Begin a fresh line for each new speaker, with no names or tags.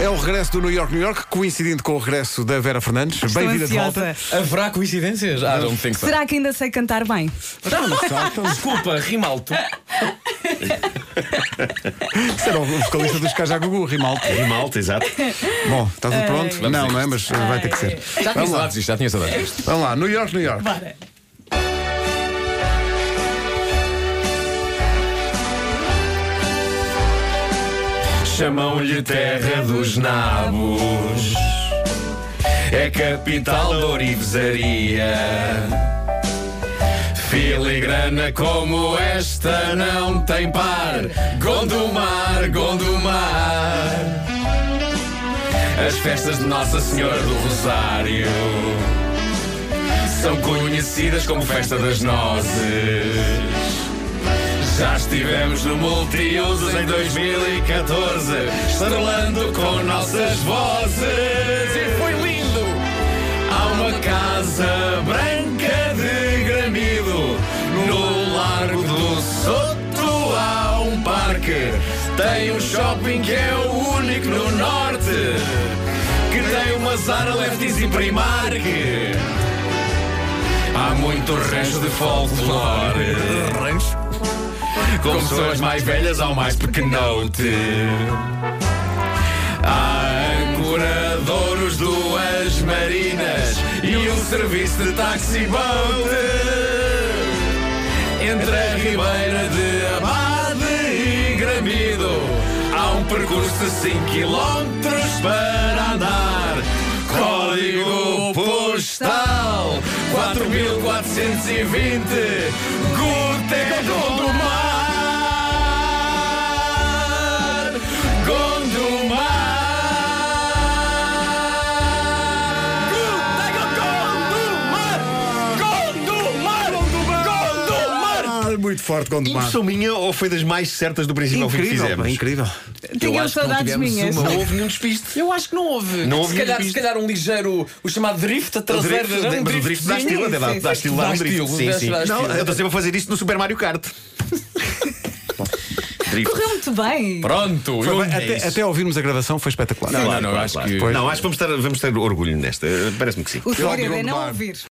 É o regresso do New York, New York, coincidente com o regresso da Vera Fernandes.
Estou
Bem-vinda de volta.
ansiosa.
Haverá coincidências? Ah, não me tem que
Será que ainda sei cantar bem?
então,
Desculpa, rimalto.
Será o vocalista dos Cajagugu, Rimaldo.
Rimalto, exato.
Bom, está tudo pronto?
Vamos
não,
a
não é? Mas eh, vai ter que ser.
Já tinha
Vamos lá,
saudades disto, já tinha saudades.
vamos lá. New York, New York.
Bora.
Chamam-lhe terra dos nabos. É capital da orivesaria. Filigrana como esta não tem par. Gondomar, Gondomar. As festas de Nossa Senhora do Rosário são conhecidas como Festa das Nozes. Já estivemos no Multiusos em 2014, estrelando com nossas vozes. E foi lindo! Há uma casa branca de granito no Largo do Soto. Há um parque, tem um shopping que é o único no Norte, que tem uma Zara, Lefties e Primark. Há muito rancho de folclore. Com pessoas mais velhas ao mais pequenote. Há ancoradouros, duas marinas e um serviço de taxi-boat. Entre a ribeira de Abade e Gramido Há um percurso de 5 km para andar Código postal 4420 Gute Gondomar Gondomar Gute Gondomar Gondomar Gondomar
Ah, muito forte, Gondomar.
Impressão minha ou foi das mais certas do princípio ao fim que
Incrível,
fizemos?
pá, incrível.
Tinham saudades minhas.
Não houve nenhum despiste. Eu acho que não houve.
Não houve
se, calhar,
nenhum
se
despiste.
calhar um ligeiro, o chamado drift, a traseira.
Drift, mas o drift dá estilo, até dá, dá estilo, dá um drift. Sim, sim. Não, eu estou sempre a fazer isso no Super Mario Kart. drift.
Correu muito bem.
Pronto,
Foi
eu-
bem,
é
até,
isso.
até ouvirmos a gravação foi espetacular.
Não, não, não, acho que.
Não, acho que vamos ter, vamos ter orgulho nesta. Parece-me que sim.
O
Eu
segredo é
adoro
não
Gondomar.
ouvir.